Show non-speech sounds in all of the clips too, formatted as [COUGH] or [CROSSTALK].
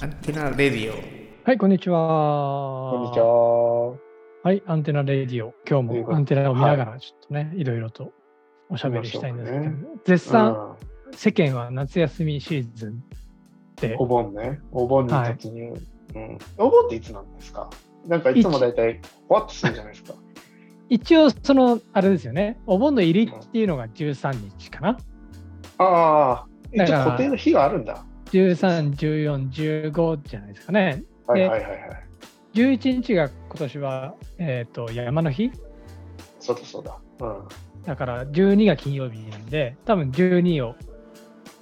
アンテナレディオ。はい、こんにちは。こんにちは。は。い、アンテナレディオ。今とい日うこともでアンテナを見ながら、ちょっとね、い、ろいろとおしゃべりしたいんですけど、行きまし絶賛、うん世間は夏休みシーズンで、お盆ね。お盆に突入、うん。お盆っていつなんですかなんかいつも大体、ふわっとするじゃないですか。一応、その、あれですよね、お盆の入りっていうのが13日かな。ああ、一だ応から固定の日があるんだ。 13、14、15じゃないですかね。はいはいはいはい。 11日が今年は、えっ、と、山の日。そうだそうだ。うん。だから、12が金曜日なんで、多分12を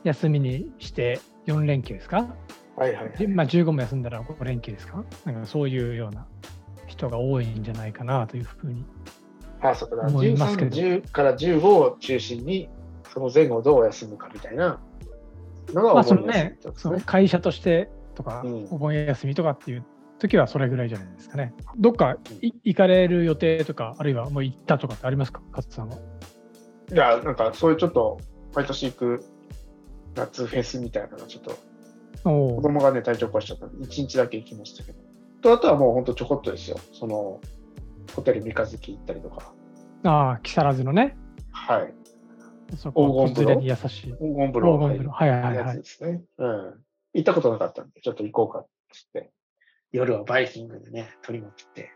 休みにして、4連休ですかはいはいはい。でまあ、15も休んだら5連休ですかなんかそういうような人が多いんじゃないかなというふうに。あそうかだ。思いますけど13、10から15を中心に、その前後をどう休むかみたいなのがまおあそ盆のの休みってねこと、ですそのね。会社としてとかうん、お盆休みとかっていう時はそれぐらいじゃないですかね。どっかい行かれる予定とか、あるいはもう行ったとかってありますか、勝さんは。いや、なんかそういうちょっと、毎年行く夏フェスみたいなのがちょっとお子ー供がね、体調壊しちゃったんで、1日だけ行きましたけど。と、あとはもうほんとちょこっとですよ。その、ホテル三日月行ったりとか。ああ、木更津のね、はい。そこ、黄金子風呂連れに優しい。黄金風黄呂金が風入呂。はいはいるやはつい。ですね。うん。行ったことなかったんで、ちょっと行こうかってって。夜はバイキングでね、取り持ってって。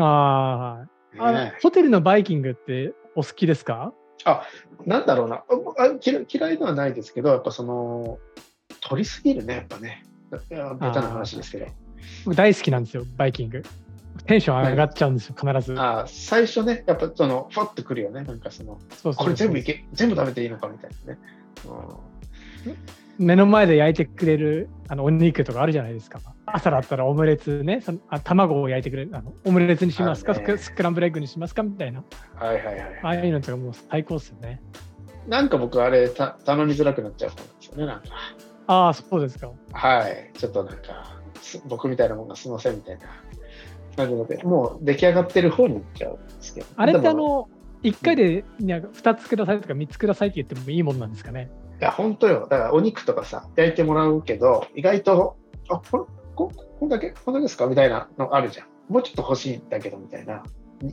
あーあのね、ホテルのバイキングってお好きですかなんだろうなああ嫌。嫌いではないですけど、やっぱその、取りすぎるね、やっぱね。いやベタな話ですけど。僕大好きなんですよ、バイキング。テンション上がっちゃうんですよ、必ず。ああ最初ね、やっぱその、ふわっとくるよね。なんかその、そうそうそうこれ全部いけ、全部食べていいのかみたいなね。うん目の前で焼いてくれるあのお肉とかあるじゃないですか朝だったらオムレツねそのあ卵を焼いてくれるあのオムレツにしますか、あるスねクスクランブルエッグにしますかみたいなはいはいはい。ああいうのとかもう最高っすよねなんか僕、あれた、頼みづらくなっちゃう方なんですよね、なんか。ああそうですかはい。ちょっとなんか、す僕みたいなもんがすいませんみたいな感じなので、もう出来上がってる方に行っちゃうんですけど。あれってであもの1回でなんか2つくださいとか3つくださいって言ってもいいもんなんですかねいや、本当よ。だから、お肉とかさ、焼いてもらうけど、意外と、あ、これ、こ、こんだけこんだけですかみたいなのあるじゃん。もうちょっと欲しいんだけど、みたいな。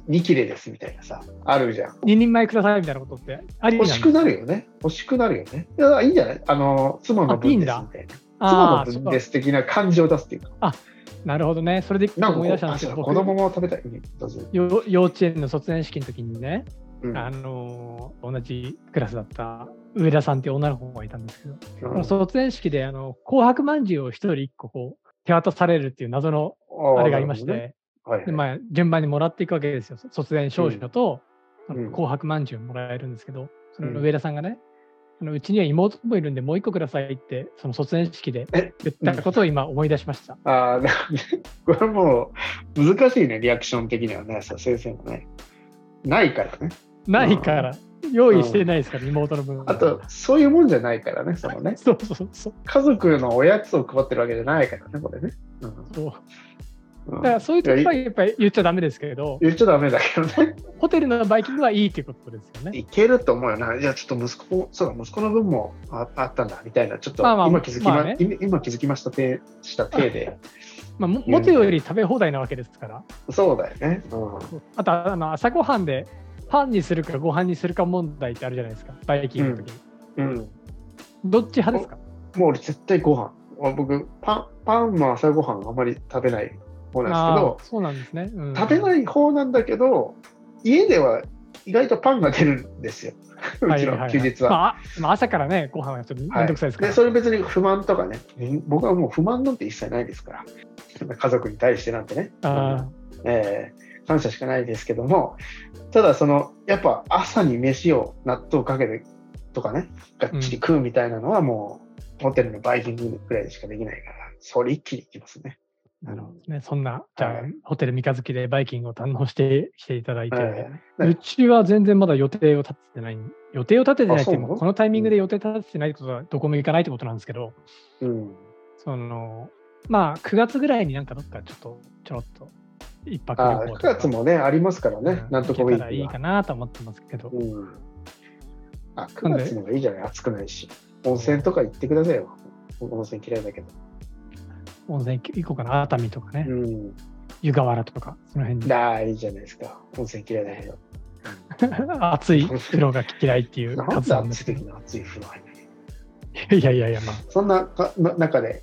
2切れですみたいなさ、あるじゃん。 2人前くださいみたいなことってありな欲んですしかくなるよね。欲しくなるよね。いや、いいんじゃないあの、妻のあい分いですんみだたいな。ああ妻そのう分です的な感じを出すっていうか。なるほどねそれでなんか思い出したんですけど子供も食べたい。うんどうぞよ幼稚園の卒園式の時にね、うんあのー同じクラスだった上田さんっていう女の子がいたんですけどうんこの卒園式であの紅白まんじゅうを一人一個こう手渡されるっていう謎のーあれがありまして、なるほどねはいではいまあ、順番にもらっていくわけですよ。卒園証書と、うんあの紅白まんじゅうもらえるんですけど、そうのん上田さんがね、ううちには妹もいるんで、もう一個くださいって、その卒園式でえ言ったことを今思い出しました。あーなこれもう難しいね、リアクション的にはね、さ先生もね。ないからね。ないから、用意してないですから、妹の分。あと、そういうもんじゃないからね、そのね。そうそうそう家族のおやつを配ってるわけじゃないからね、これね。うんそう。うんだからそういう時はやっぱり言っちゃダメですけど、言っちゃダメだけどね。ホテルのバイキングはいいっていうことですよね。いけると思うよな。いや、ちょっと息子、そうだ、息子の分もああったんだ、みたいな。ちょっと、まあまあ今気づきま、まあね今今気づきました、てした手 [LAUGHS] で。まあ、も元より食べ放題なわけですから。そうだよね。うんあとあの朝ごはんでパンにするかご飯にするか問題ってあるじゃないですか、バイキングの時に。うん、どっち派ですかもう俺絶対ご飯あ僕パンパンも朝ごはんあまり食べない方なんあでーそうなんですね。うんすけど食べない方なんだけど家では意外とパンが出るんです [LAUGHS] ようちの休日は。まああまあ、朝からね、ご飯はちょっとめんはいどくさいですから。でそれ別に不満とかねうん僕はもう不満なんて一切ないですから [LAUGHS] そんな家族に対してなんてね、あえー感謝しかないですけどもただそのやっぱ朝に飯を納豆かけてとかねがっちり食うみたいなのはもう、ホテルのバイキングぐらいしかできないからそれ一気にいきますね。ーなるほどね。そんな、じゃあ、はいホテル三日月でバイキングを堪能してしていただいて、えーうちは全然まだ予定を立ててない、予定を立ててないってあそう言ってなも、のこのタイミングで予定立ててないってことは、どこも行かないってことなんですけど、うん、そのまあ9月ぐらいになんかどっかちょっとちょろっと一泊あ旅行9とか月もねありますからね、うんなんとかウィーク行けたはらいいかなと思ってますけど、うん、あ9月の方がいいじゃない暑くないし温泉とか行ってくださいよ僕温泉嫌いだけど温泉行こうかな、熱海とかね、うん。湯河原とか、その辺に。だーいいじゃないですか。温泉嫌いだけど。熱い風呂が嫌いっていうなんでツなんで暑すけいど時の暑い風呂入るいやいやいや、まあ、そんなかな中で、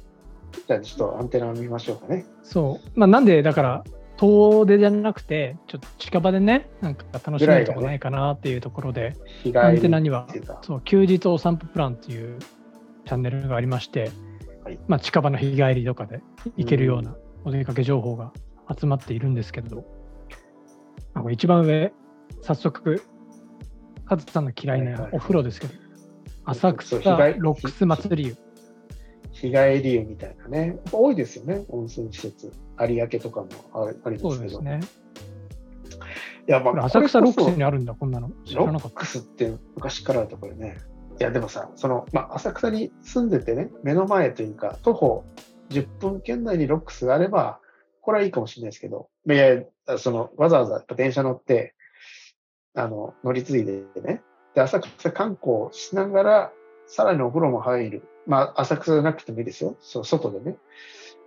じゃあちょっとアンテナを見ましょうかね。そう。まあ、なんで、だから、遠出じゃなくて、ちょっと近場でね、なんか楽しめるとこないかなっていうところで、日帰アンりテナにはっていうか、そう、休日お散歩プランっていうチャンネルがありまして、はいまあ、近場の日帰りとかで行けるようなお出かけ情報が集まっているんですけど、あこれ一番上、早速、カズさんの嫌いはいはいなはいお風呂ですけど、浅草そう日帰りロックス祭り湯。日帰り湯みたいなね。多いですよね。温泉施設。有明とかもあありまそうすけですど。ね。いや、まこれあ、浅草ロックスこれこそにあるんだ、こんなの。知らロなかっックスって昔からあるところよね。いや、でもさ、その、まあ、浅草に住んでてね、目の前というか、徒歩10分圏内にロックスがあれば、これはいいかもしれないですけど、いやいや、その、わざわざやっぱ電車乗って、あの、乗り継いでね、で、浅草観光しながら、さらにお風呂も入る。まあ、浅草じゃなくてもいいですよ。そう、外でね、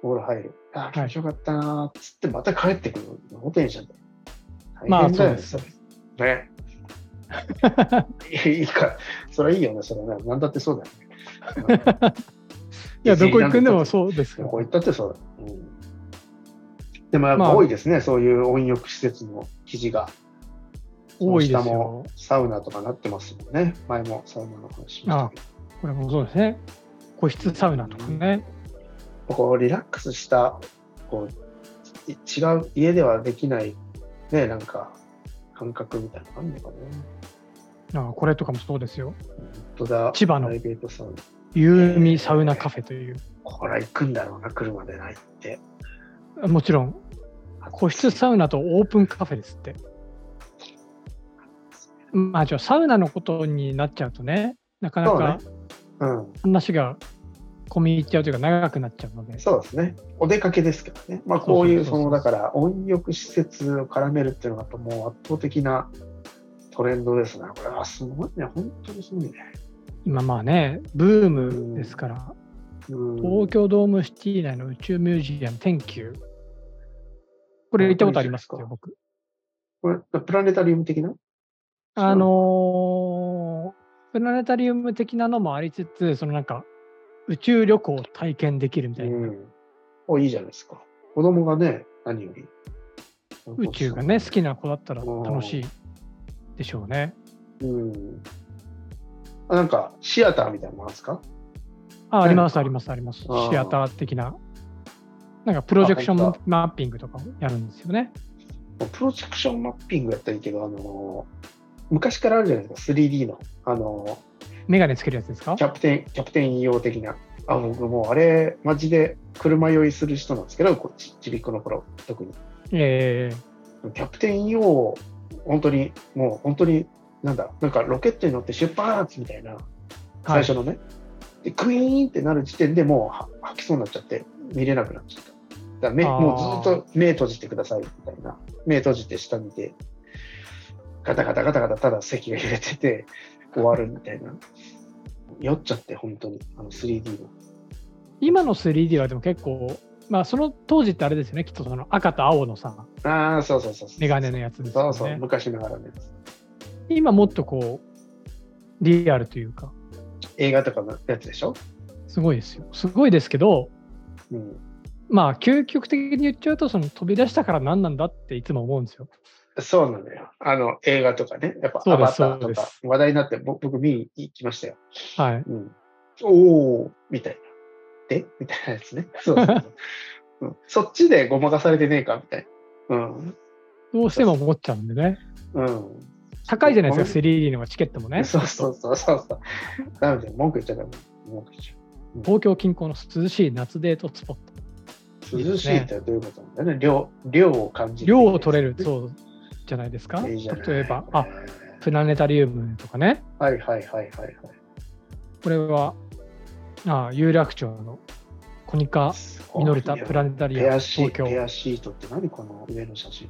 お風呂入る。ああ、気持ちよかったなーっつって、また帰ってくるの、電車で。た。ま大あ、変そだうよです。そうですね。いやいいか、それいいよね、それね。なんだってそうだよね。うん [LAUGHS] [LAUGHS] いや、どこ行くんでもう。そうですどよ。こ行ったってそうだ。うん、でもやっまぱあ多いですね、そういう温浴施設の記事が。多いでそすの下もよ。サウナとかなってますもんね。前もサウナの話しましたけど。これもそうですね。個室サウナとかね。こうリラックスしたこうい違う家ではできないねなんか感覚みたいなのあるのかねああこれとかもそうですよ。本当だ千葉のプライベートサウナ夕海サウナカフェという。これは行くんだろうな車でないってもちろん、個室サウナとオープンカフェですって。まあ、じゃあサウナのことになっちゃうとね、なかなかナうん話が込み入っちゃうというか長くなっちゃうので。そうですね。お出かけですからね。まあ、こういう、そうそそうそうの、そうだから、温浴施設を絡めるっていうのが、やっぱもう圧倒的なトレンドですね。これはすごいね。本当にすごいね。今まあね、ブームですから、うん東京ドームシティ内の宇宙ミュージアム、天球。これ行ったことありますよ、僕。これ、プラネタリウム的なあのープラネタリウム的なのもありつつ、そのなんか、宇宙旅行を体験できるみたういな。ん。お、いいじゃないですか。子供がね、何より。宇宙がね、好きな子だったら楽しいでしょうね。うん。あなんか、シアターみたいなのもあるんですかあ、あります、うんあります、あります。シうんアター的な。なんか、プロジェクショあ本当ンマッピングとかをやるんですよね。プロジェクションマッピングやったらいいけど、あのー昔からあるじゃないですか、3D の。あのーメガネつけるやつですかキャプテン、キャプテン用的な。あ、僕もうあれ、マジで車酔いする人なんですけど、こっち、ちびっこの頃、特に。ええキャプテン用を、本当に、もう本当に、なんだ、なんかロケットに乗って出発みたいな、最はい初のね。で、クイーンってなる時点でもうは吐きそうになっちゃって、見れなくなっちゃった。だから目あーもうずっと目閉じてくださいみたいな。目閉じて下見て、ガタガタガタガタ、ただ席が揺れてて、終わるみたいな。酔っちゃって、本当に、あの 3D の。今の 3D はでも結構、まあ、その当時ってあれですよね、きっとその赤と青のさ、ああ、そうそうそうそう。メガネのやつですよそね。うそう、昔ながらのやつ。今もっとこう、リアルというか、映画とかのやつでしょすごいですよ。すごいですけど、うん。まあ、究極的に言っちゃうと、その飛び出したから何なんだっていつも思うんですよ。そうなのよ。あの、映画とかね。やっぱそアうですバターそうとでかす話題になって、ぼ僕見に行きましたよ。はい。うん。おー、みたいな。でみたいなや [LAUGHS] つね。そうそうそう、うん。そっちでごまかされてねえか、みたいな。うん。どうしても思っちゃうんでね。うん。高いじゃないですか、3D のチケットもね。そうそうそうそうそう。ダメだよ。文句言っちゃダメ。文句言っちゃ東京近郊の涼しい夏デートスポット。う。いいで涼すしねいってどういうことなんだよね。量、量を感じる。量を取れる、そうじゃないですか。いいじゃない例えば、あ、プラネタリウムとかね。はいはいはいはいはい。これは、あ有楽町のコニカミノルタプラネタリウムペアシ東ート、ペ京。アシートって何この上の写真。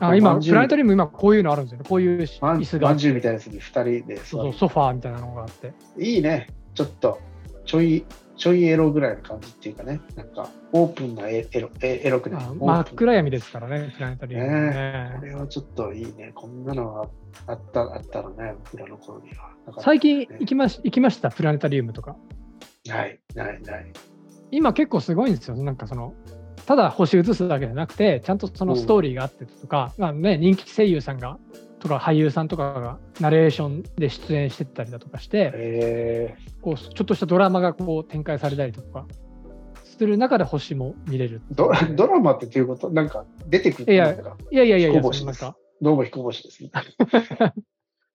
あ今、プラネタリリウム、今こういうのあるんですよね。こういう椅子があまっんて、じゅうみたいなやつに2人でそう座そるうソファーみたいなのがあって。いいね。ちょっと、ちょいちょいエロぐらいの感じっていうかね、なんかオープンなエエロエエロくない。あオープン真っ暗闇ですからね、プラネタリウムね。これはちょっといいね。こんなのがあったあったらね、僕らの頃には。だから最近行きまし行きました、プラネタリウムとか。ない、ない、ない。今結構すごいんですよ、なんかその、ただ星映すだけじゃなくて、ちゃんとそのストーリーがあってとか、まあね、人気声優さんが、とか俳優さんとかがナレーションで出演してたりだとかして、えこうちょっとしたドラマがこう展開されたりとかする中で星も見れる。ー、ドラドラマってどういうことなんか出てくるいやなんかいやいやいやいや、彦そ星のでなんすかどうも彦星ですね。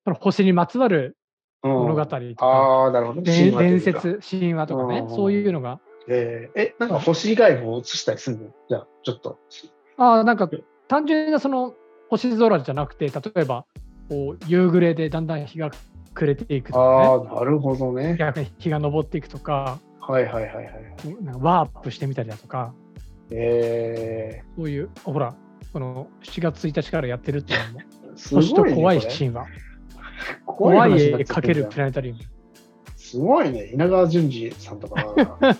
その星にまつわるうん物語とか、ああ、なるほど。で神話とい伝うか。説、神話とかうねん、そういうのが、えーえ、なんか星以外も映したりするのじゃあ、ちょっと。ああ、なんか単純なその星空じゃなくて、例えばこう夕暮れでだんだん日が暮れていくとか、あね、あ、なるほどね。逆に日が昇っていくとか、はいはいはいはい。なんかワープしてみたりだとか、えそういう、ほら、この7月1日からやってるっていうのも、ー、 [LAUGHS] すごい、星ね。と怖いこれ神話。怖怖いい絵絵かけるプラネタリウム。すごいね。稲川淳二さんと [LAUGHS] かが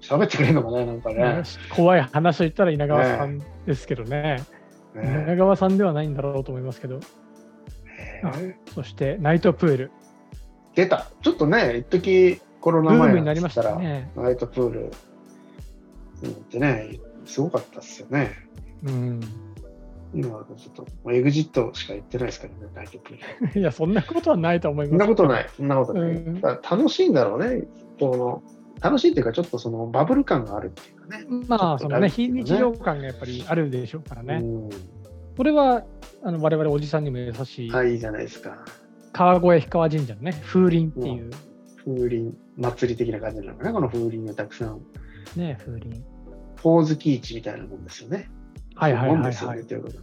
喋ってくれるのかね、なんかね。怖い話を言ったら稲川さんですけどね、稲ね川さんではないんだろうと思いますけど、えあーそしてナイトプール、出た。ちょっとね、一時コロブナー前ムになりましたね。ナイトプールってね、すごかったっすよね。うん、今はちょっと、もうエグジットしか言ってないですからね、ナイトプール。いや、そんなことはないと思いそんなます。ことない、そんなことない。うんだから楽しいんだろうね、この楽しいっていうか、ちょっとそのバブル感があるっていうかね。まあ、そのね、ちょっと非ね日常感がやっぱりあるでしょうからね。うんこれは、あの我々おじさんにも優しい、あ、いいじゃないですか。川越氷川神社のね、風鈴っていう、風鈴、祭り的な感じなのかな、この風鈴がたくさん。ね、風鈴。ほおずき市みたいなもんですよね。はいはいもんはでいすよはね、い。ということで。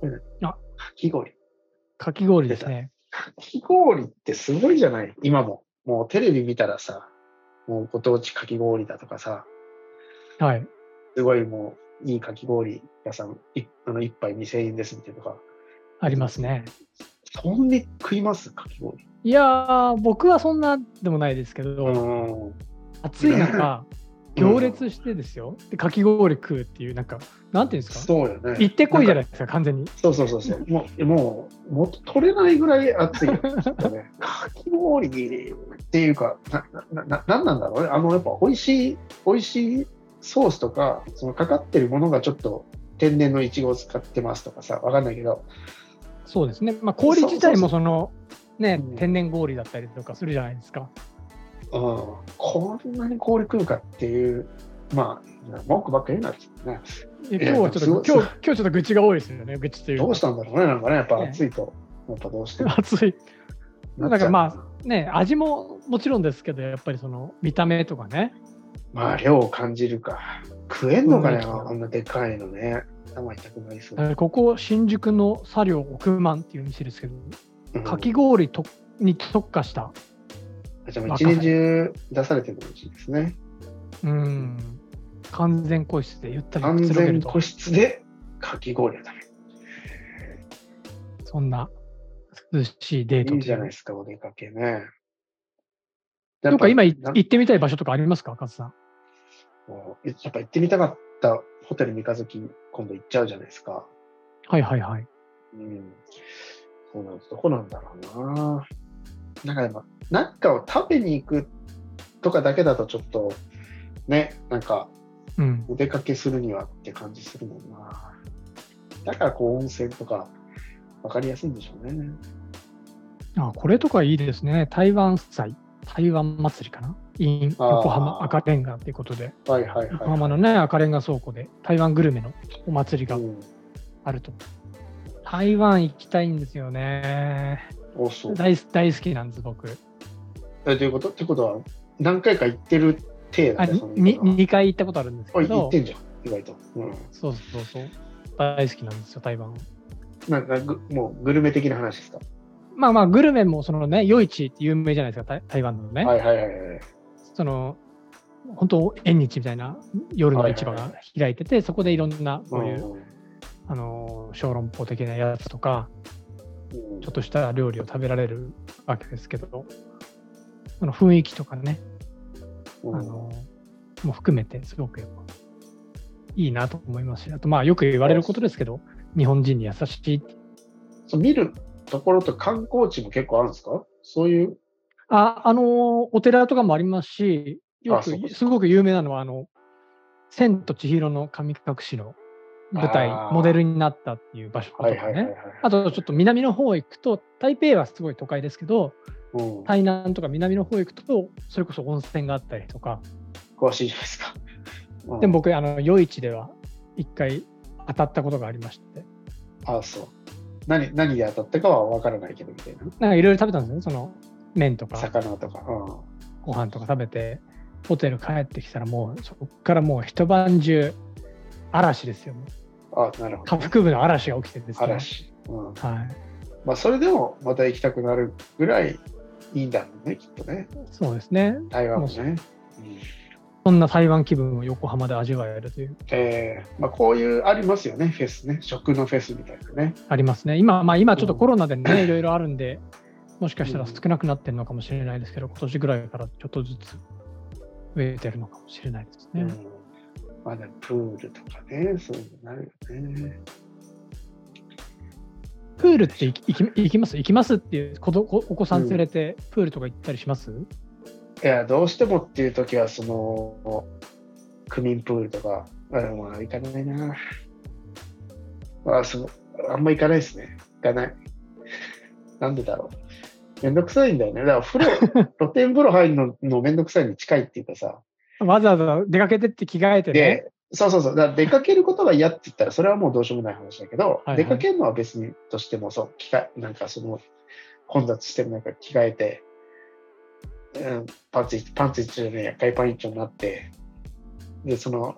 これね、あかき氷。かき氷ですね。かき氷ってすごいじゃない今も。もうテレビ見たらさ、もうご当地かき氷だとかさ、はい。すごいもういいかき氷屋さん、いあの一杯2000円ですみたいなとか。ありますね。そんで食いますかき氷。いやー、僕はそんなでもないですけど、うん。暑い中、行列してですよ、でかき氷食うっていう、なんか、なんていうんですか、そうよね。。行ってこいじゃないいですか、完全に。そうそうそうそう。もう、もう、もっと取れないぐらい [LAUGHS] 暑いよ、きっとね。かき氷っていうか、な、な、な、なんなんだろうね。あの、やっぱ美味しい、美味しいソースとか、そのかかってるものがちょっと天然のイチゴを使ってますとかさ、わかんないけど、そうですね、まあ、氷自体もその、ねうん、天然氷だったりとかするじゃないですか。うん、こんなに氷食うかっていう、まあ、文句ばっかり言うなっつってね。えいや今日はちでょもっすと、ご今い日今日ちょっと愚痴が多いですよね、愚痴というか [LAUGHS] どうしたんだろうね、なんかね、やっぱ暑いと、やっぱどうしても暑なっい。ちゃう。だからまあね、味ももちろんですけど、やっぱりその見た目とかね、まあ量を感じるか。食えんのかね、うんあんなでかいのね。頭痛くなりそう。えここ、新宿の茶寮億万っていう店ですけど、うんかき氷とに特化した、あじゃあもう一年中出されてるのうちですね。うん、完全個室でゆったり安くつろげる全と個。室でかき氷を食そんな涼しいデべートる。いいじゃないいですか、お出かけね。どっか今いやっぱ行ってみたい場所とかありますか、カズさん。こうやっぱ行ってみたかったホテル三日月、今度行っちゃうじゃないですか。はいはいはい。うん。そうなんです。どこなんだろうな。なんかやっぱ、なんかを食べに行くとかだけだとちょっと、ね、なんか、うん。お出かけするにはって感じするもんな。だからこう温泉とか分かりやすいんでしょうね。あ、これとかいいですね。台湾祭、台湾祭りかな。in あー横浜赤レンガということで、はいはいはい。横浜のね、赤レンガ倉庫で台湾グルメのお祭りうがん、あると。台湾行きたいんですよね。おそう。大好大好きなんです、僕。えということってことは、何回か行ってる体あだね、そのに2回行ったことあるんですおけい行どって、んじゃん、意外と。うん。そうそうそう。大好きなんですよ、台湾。なんかぐ、もうグルメ的な話ですか。まあまあ、グルメもそのね、夜市って有名じゃないですか、台台湾のね。はいはいはいはい。その、本当、縁日みたいな夜の市場はいはいが開いてて、そこでいろんな、こういう、うんあの、小籠包的なやつとか、うんちょっとした料理を食べられるわけですけど、その雰囲気とかね、うんあのも含めてすごくやっぱいいなと思いますしあとまあよく言われることですけど日本人に優しいってそう見るところと観光地も結構あるんですかそういう、ああのお寺とかもありますしよあそうかくすごく有名なのはあの「千と千尋の神隠し」の舞台あーモデルになったっていう場所とかはいはいはいはいね。あとちょっと南の方へ行くと台北はすごい都会ですけどうん、台南とか南の方へ行くとそれこそ温泉があったりとか詳しいじゃないですか。うんでも僕あの夜市では一回当たったことがありましてあそう何何で当たったかは分からないけどみたいななんかいろいろ食べたんですよねその麺とか魚とか、うご飯とか食べてホテル帰ってきたらもうそこからもう一晩中嵐ですよん、あなるほ下ど腹部の嵐が起きてですね嵐、うんはいまあ、それでもまた行きたくなるぐらいいいんだろうねきっとねそうですね台湾もね、うんそんな台湾気分を横浜で味わえるというえーまあ、こういうありますよねフェスね食のフェスみたいなねありますね今まあ今ちょっとうんコロナで [CLEARS THROAT] ねいろいろあるんでもしかしたらうん少なくなってるのかもしれないですけど今年ぐらいからちょっとずつ増えてるのかもしれないですね、うんまあ、でもプールとかね、そういうのなるよね。プールって行き行き行きます行きますっていう子どこお子さん連れてプールとか行ったりします、いや、どうしてもっていう時は、その、区民プールとか、あでもまあ、行かないな。まあ、その、あんま行かないですね。行かない。なんでだろう。めんどくさいんだよね。だから、風呂、露天風呂入るののめんどくさいに近いっていうかさ。わざわざ出かけてって着替えてねで、そうそうそう。だから出かけることが嫌って言ったら、それはもうどうしようもない話だけど、いはい出かけるのは別にとしても、そう、機械、なんかその、混雑してもなんか着替えて、うん、パンツ一、パンツ一丁じゃねえや、赤いパン一丁になって、で、その、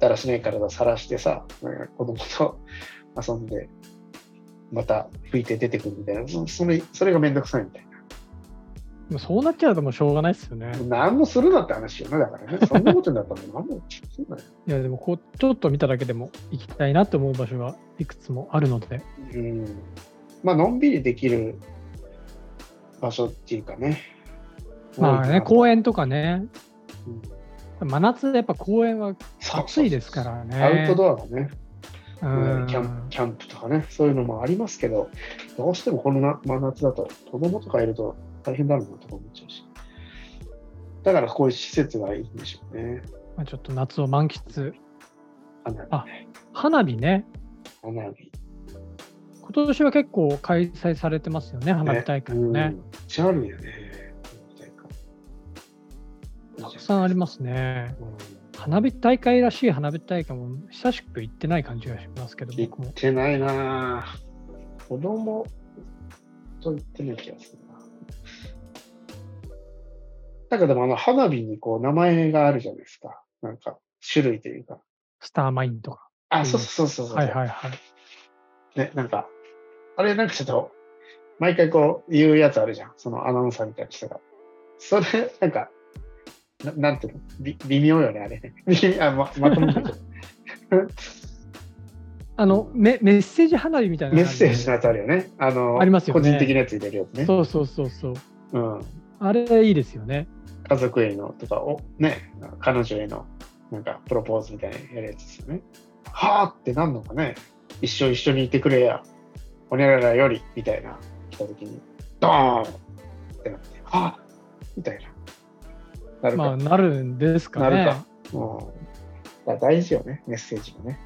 だらしない体さらしてさ、なんか子供と遊んで、また拭いて出てくるみたいな、そそれ、それがめんどくさいみたいな。もうそうなっちゃうともうしょうがないですよね、何もするなって話よね、だからね。そんなことになったら何もするなよ。いやでもこうちょっと見ただけでも行きたいなと思う場所がいくつもあるのでうんまあ、のんびりできる場所っていうかね。まあね多公いか園とかねなうん真夏でやっぱ公園はそう暑いですからねアウトドアのね、うんキャンプキャンプとかね、そういうのもありますけど、どうしてもこのな真夏だと、子供とかいると大変だろうなとか思っちゃうし。だからこういう施設がいいんでしょうね。まあちょっと夏を満喫花火あ花火ね花火。今年は結構開催されてますよね花火大会もねうん。めっちゃあるよね。花火大会たくさんありますねうん花火大会らしい花火大会も久しく行ってない感じがしますけど行僕もってないなぁ子供と行ってない気がするななんかでもあの花火にこう名前があるじゃないですか。なんか種類というか。スターマインとかうあ、んそうそうそうそうそう、はいはいはいね、なんか、あれなんかちょっと、毎回こう言うやつあるじゃん。そのアナウンサーみたいな人が。それ、なんか、ななんていうのび微妙よね、あれ [LAUGHS] ね。微あままと [LAUGHS] めてるあのメメッセージ花火みたいなメのッがセあるんでージのやつあるよね。あの、ありますよね個人的なやつ入れるやつね。そうそうそうそううん。あれいいですよね家族へのとかをね彼女へのなんかプロポーズみたいなやるやつですよねはあってなんのかね一生一緒にいてくれやおにゃららよりみたいな来た時にドーンってなってはあみたいななるか、まあなるんですかなねるかうん、だから大事よねメッセージもね、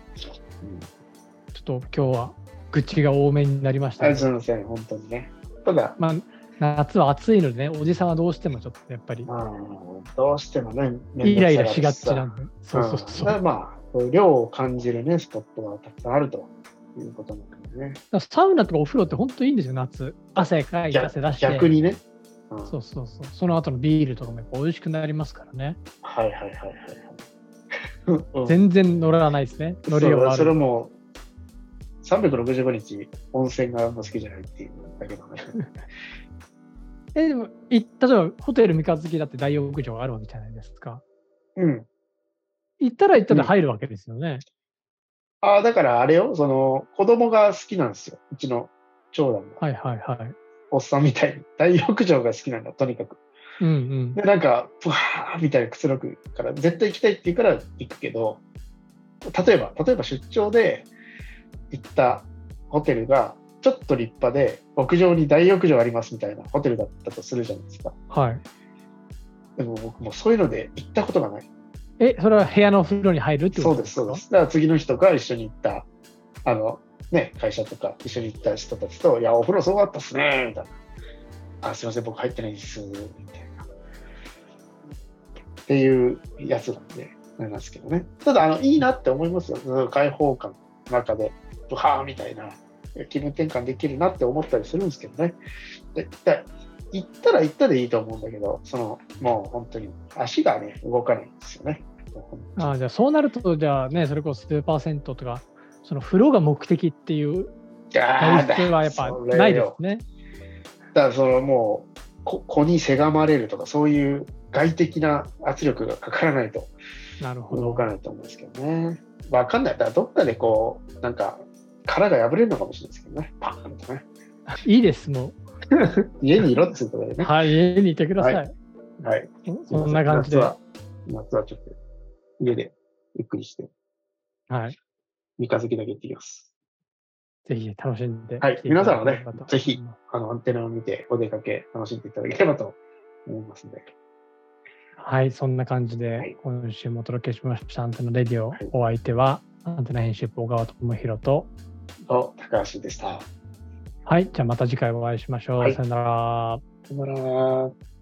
うん、ちょっと今日は愚痴が多めになりましたあね、りがとうございます本当にねただまあ夏は暑いのでねおじさんはどうしてもちょっとやっぱりまあどうしてもねイライラしがちなんんでそうそうそう、んだかだらかまあ、こういう量を感じるね、スポットがたくさんあるということなんですね。らサウナとかお風呂って本当いいんですよ夏汗かいて逆汗出して逆にね。うんそうそうそうその後のビールとかもやっぱ美味しくなりますからねはいはいはいはいはい。全然乗らないですね乗りそうはあそれ [LAUGHS] るも365日温泉があんま好きじゃないっていうだけの [LAUGHS] 話。えでもい例えばホテル三日月だって大浴場があるわけじゃないですかうん。行ったら行ったら入るわけですよね、ああ、だからあれよ、その子供が好きなんですよ。うちの長男が。はいはいはいおっさんみたいに。大浴場が好きなんだ、とにかく。うんうんで、なんか、ブワーみたいなくつろぐから、絶対行きたいって言うから行くけど、例えば、例えば出張で行ったホテルが、ちょっと立派で、屋上に大浴場ありますみたいなホテルだったとするじゃないですか。はいでも僕もうそういうので行ったことがない。えそれは部屋のお風呂に入るってこそうとです、そうですす。だから次の日とか一緒に行った、あの、ね、会社とか一緒に行った人たちと、いや、お風呂すごかったっすね、みたいな。あ、すいません、僕入ってないです、みたいな。っていうやつなんで、なんですけどね。ただ、あの、いいなって思いますよ。その開放感の中で、ブハーみたいな、気分転換できるなって思ったりするんですけどね。でだ行ったら行ったでいいと思うんだけど、その、もう本当に足がね、動かないんですよね。あーじゃあそうなるとじゃあねそれこそスーパー銭湯とかその風呂が目的っていういやー外出はやっぱないですねだからそのもうこ子にせがまれるとかそういう外的な圧力がかからないとなるほ動どかないと思うんですけどねわかんないだからどっかでこうなんか殻が破れるのかもしれないですけどねパーンとねいいですも家にいろっつうことでうねはい家にいてください、ははいそんな感じで夏はは夏はちょっと家でゆっくりしてい三日月だけ行ってきますぜひ楽しんではい来てい皆ただければとさんもねぜひあのアンテナを見てお出かけ楽しんでいただければと思いますのではい、そんな感じはいで、今週もお届けしました、アンテナレディオはい。お相手は、アンテナ編集部、小川智弘と、と高橋でしたはい、じゃあまた次回お会いしましょう。はいさよなら。さよなら